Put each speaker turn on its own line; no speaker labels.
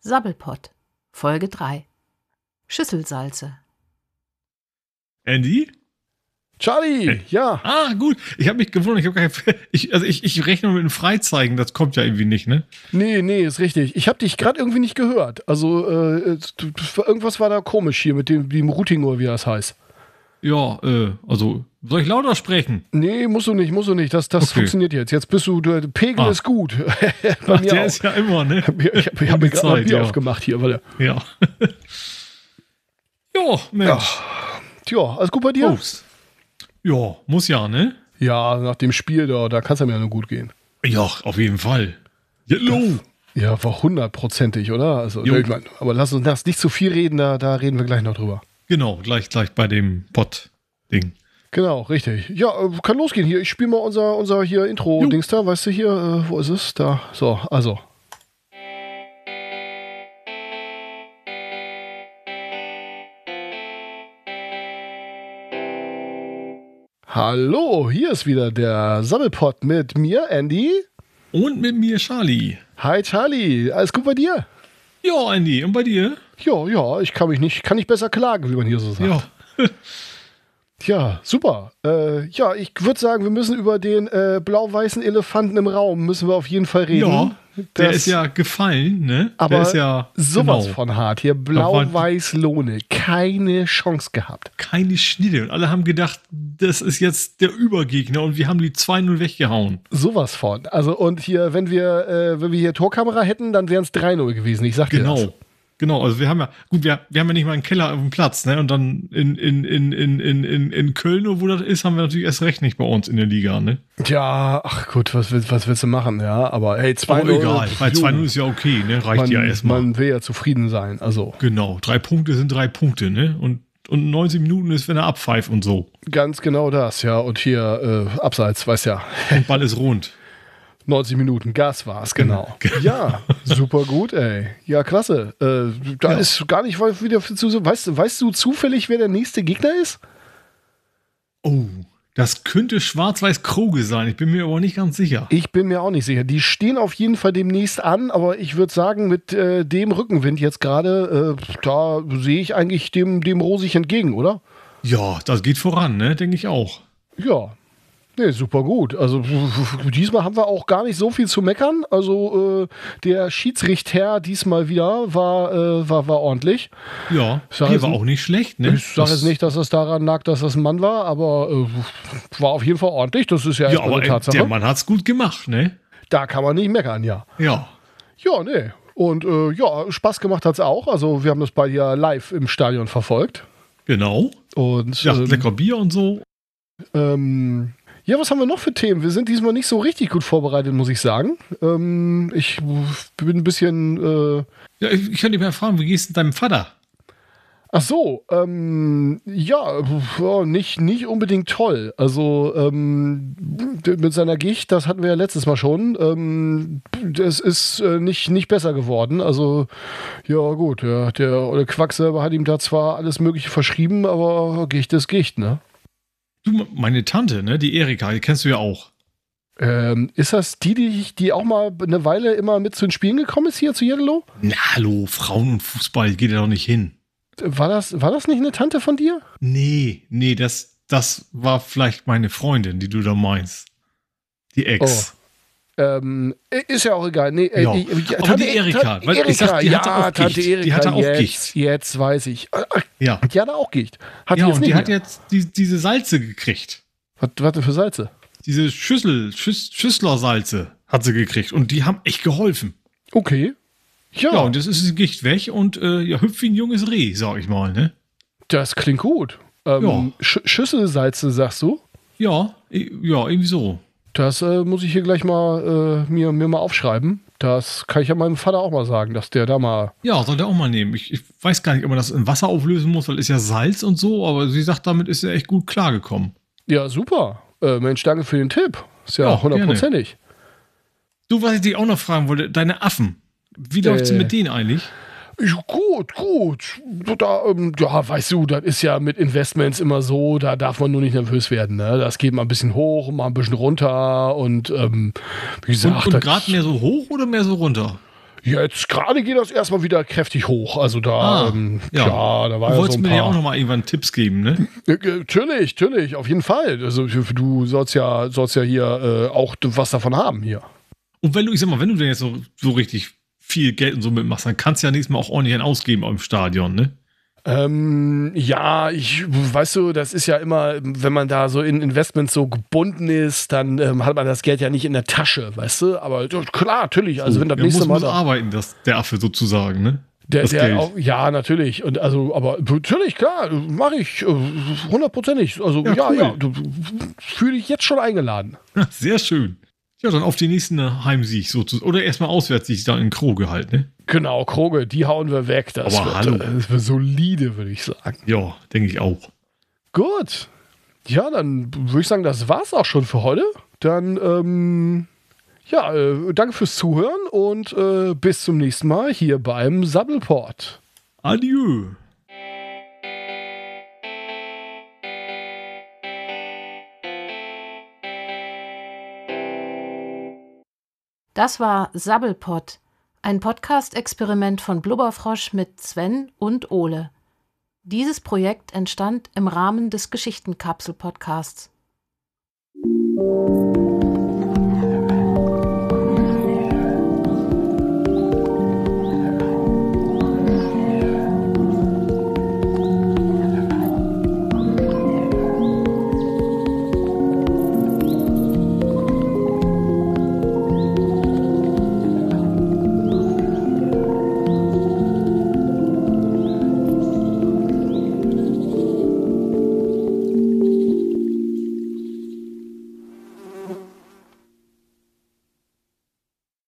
Sabbelpott, Folge 3. Schüsselsalze.
Andy?
Charlie,
Hey.
ja.
Ah, gut. Ich habe mich gewundert. Ich, hab kein, ich, also ich, ich rechne mit einem Freizeigen. Das kommt ja irgendwie nicht, ne?
Nee, nee, ist richtig. Ich habe dich gerade irgendwie nicht gehört. Also, äh, du- du- irgendwas war da komisch hier mit dem, dem Routing oder wie das heißt.
Ja, äh, also soll ich lauter sprechen?
Nee, musst du nicht, musst du nicht. Das, das
Okay.
funktioniert jetzt. Jetzt bist du, der Pegel
Ah.
ist gut. Bei
Ach,
mir
der
auch.
ist ja immer, ne?
ich habe hab mir gerade mal ein
Zeit,
Bier
ja.
aufgemacht hier. Weil,
Ja. ja, Mensch.
tja, alles gut bei dir?
Prost. Ja, muss ja, ne?
Ja, nach dem Spiel da, da kann es ja mir nur gut gehen.
Ja, auf jeden Fall. Yellow.
Ja, war hundertprozentig, oder? Also,
Jo.
ich mein, aber lass uns lass nicht zu viel reden, da, da reden wir gleich noch drüber.
Genau, gleich, gleich bei dem Bot-Ding.
Genau, richtig. Ja, äh, kann losgehen hier. Ich spiele mal unser, unser hier
Jo.
Intro-Dings da, weißt du hier, äh, wo ist es? Da. So, also. Hallo, hier ist wieder der Sammelpot mit mir, Andy.
Und mit mir Charlie.
Hi Charlie, alles gut bei dir?
Ja, Andy, und bei dir?
Ja, ja, ich kann mich nicht, kann nicht besser klagen, wie man hier so sagt.
Ja.
Ja, super. Äh, ja, ich würde sagen, wir müssen über den äh, blau-weißen Elefanten im Raum müssen wir auf jeden Fall reden.
Ja, der
Mhm. Das-
ist ja gefallen, ne?
aber
der ist ja
sowas
genau,
von hart. Hier blau-weiß-Lohne, keine Chance gehabt.
keine Schnitte. Und alle haben gedacht, das ist jetzt der Übergegner und wir haben die 2-0 weggehauen.
Sowas von. Also und hier, wenn wir, äh, wenn wir hier Torkamera hätten, dann wären es 3-0 gewesen. Ich sag dir
Genau.
das.
Genau, also wir haben ja, gut, wir, wir haben ja nicht mal einen Keller auf dem Platz, ne? Und dann in, in, in, in, in, in, in Köln, wo das ist, haben wir natürlich erst recht nicht bei uns in der Liga, ne?
Ja, ach gut, was, willst- was willst du machen? Ja, aber hey, 2-0.
Aber egal, bei
Ju,
2-0 ist ja okay, ne? Reicht
man,
ja erstmal.
man will ja zufrieden sein. Also
Genau, drei Punkte sind drei Punkte, ne? Und, und 90 Minuten ist, wenn er abpfeift und so.
ganz genau das, ja. Und hier äh, abseits, weiß ja.
Und Ball ist rund.
90 Minuten Gas war's, genau. Ja, super gut, ey. Ja, klasse. Äh, da ist gar nicht weit wieder viel zu. Weißt, du- weißt du zufällig, wer der nächste Gegner ist?
Oh, das könnte schwarz-weiß Kroge sein. Ich bin mir aber nicht ganz sicher.
Ich bin mir auch nicht sicher. Die stehen auf jeden Fall demnächst an, aber ich würde sagen, mit äh, dem Rückenwind jetzt gerade, äh, da sehe ich eigentlich dem, dem rosig entgegen, oder?
Ja, das geht voran, ne? Denke ich auch.
Ja. Nee, super gut. Also diesmal haben wir auch gar nicht so viel zu meckern. Also äh, der Schiedsrichter diesmal wieder war, äh, war, war ordentlich.
Ja,
sag
hier
jetzt
war
nicht-
auch nicht schlecht, ne?
Ich sage
Das-
jetzt nicht, dass das daran lag, dass das ein Mann war, aber äh, war auf jeden Fall ordentlich. Das ist ja,
Ja,
erstmal
aber
eine
ey,
Tatsache.
der Mann hat's gut gemacht, ne?
Da kann man nicht meckern, ja.
Ja.
Ja, nee. Und äh, ja, Spaß gemacht hat's auch. Also wir haben das bei dir live im Stadion verfolgt.
Genau.
Und
Ja,
ähm,
lecker Bier und so.
ähm, ja, was haben wir noch für Themen? Wir sind diesmal nicht so richtig gut vorbereitet, muss ich sagen. Ähm, ich bin ein bisschen... Äh,
Ja, ich, ich könnte mich mal fragen, wie geht's denn deinem Vater?
Ach so, ähm, ja, ja, nicht, nicht unbedingt toll. Also ähm, mit seiner Gicht, das hatten wir ja letztes Mal schon, ähm, das ist äh, nicht, nicht besser geworden. Also ja gut, ja, der olle Quacksalber hat ihm da zwar alles Mögliche verschrieben, aber Gicht ist Gicht, ne?
Du, meine Tante, ne? Die Erika, die kennst du ja auch.
Ähm, ist das die, die, die auch mal eine Weile immer mit zu den Spielen gekommen ist hier zu Jeddelo?
Na, hallo, Frauen und Fußball geht ja doch nicht hin.
War das, war das nicht eine Tante von dir?
Nee, nee, das, das war vielleicht meine Freundin, die du da meinst. Die Ex.
Oh. Ähm, ist ja auch egal. Nee, äh,
Ja.
ich- ich-
Aber die
E-
Erika,
Tante
weil ich
Erika,
sag, die
ja,
hatte auch
Tante
Gicht. Die
Erika,
hatte auch
jetzt,
Gicht.
Jetzt weiß ich. Ach, ach,
Ja.
Die hatte auch Gicht. Hat
ja,
die jetzt
und
nicht
die
mehr.
hat jetzt die, diese Salze gekriegt.
was, was denn für Salze?
Diese Schüssel, Schüss, Schüsslersalze hat sie gekriegt. Und die haben echt geholfen.
Okay. Ja,
Ja, und jetzt ist das Gicht weg und äh, ja, hüpf wie ein junges Reh, sag ich mal, ne?
das klingt gut. Ähm, Sch Schüsselsalze, sagst du?
Ja, i- ja, irgendwie so.
Das äh, muss ich hier gleich mal äh, mir, mir mal aufschreiben. Das kann ich ja meinem Vater auch mal sagen, dass der da mal.
Ja, soll der auch mal nehmen. Ich, ich weiß gar nicht, ob man das in Wasser auflösen muss, weil ist ja Salz und so, aber sie sagt, damit ist er echt gut klargekommen.
Ja, super. Äh, Mensch, danke für den Tipp. Ist ja
Ja, gerne.
hundertprozentig.
Du, was ich dich auch noch fragen wollte, deine Affen. Wie läuft's
Äh.
mit denen eigentlich?
Ja, gut, gut. Da, ähm, ja, weißt du, das ist ja mit Investments immer so, da darf man nur nicht nervös werden. Ne? Das geht mal ein bisschen hoch und mal ein bisschen runter und ähm, wie
Und,
gesagt,
und
das-
gerade mehr so hoch oder mehr so runter?
Jetzt gerade geht das erstmal wieder kräftig hoch. Also da,
Ah,
ähm,
ja.
ja. da war
Du
ja
wolltest
so ein
mir
paar.
ja auch nochmal irgendwann Tipps geben, ne?
Äh, äh, Natürlich, natürlich, auf jeden Fall. Also du sollst ja, sollst ja hier äh, auch was davon haben hier.
Und wenn du, ich sag mal, wenn du denn jetzt so, so richtig viel Geld und so mitmachst, dann kannst du ja nächstes Mal auch ordentlich einen ausgeben im Stadion, ne?
Ähm, ja, ich, weißt du, das ist ja immer, wenn man da so in Investments so gebunden ist, dann ähm, hat man das Geld ja nicht in der Tasche, weißt du? Aber ja, klar, natürlich. Also wenn das
Oh, Ja,
nächste
muss,
Mal.
muss arbeiten, das, der Affe sozusagen, ne?
der,
das Geld.
der auch, ja, natürlich. Und also, aber natürlich, klar, mache ich. äh, Hundertprozentig. Also
Ja,
ja, ja,
cool.
du fühle dich jetzt schon eingeladen.
Sehr schön. Ja, dann auf den nächsten Heimsieg sozusagen. Oder erstmal auswärtssieg dann in Kroge halt, ne?
Genau, Kroge, die hauen wir weg. Das,
Aber
wird,
hallo.
äh, das wird solide, würde ich sagen.
Ja, denke ich auch.
Gut. Ja, dann würde ich sagen, das war's auch schon für heute. Dann, ähm, ja, äh, danke fürs Zuhören und äh, bis zum nächsten Mal hier beim Sabbelport.
Adieu.
Das war Sabbelpott, ein Podcast-Experiment von Blubberfrosch mit Sven und Ole. Dieses Projekt entstand im Rahmen des Geschichtenkapsel-Podcasts.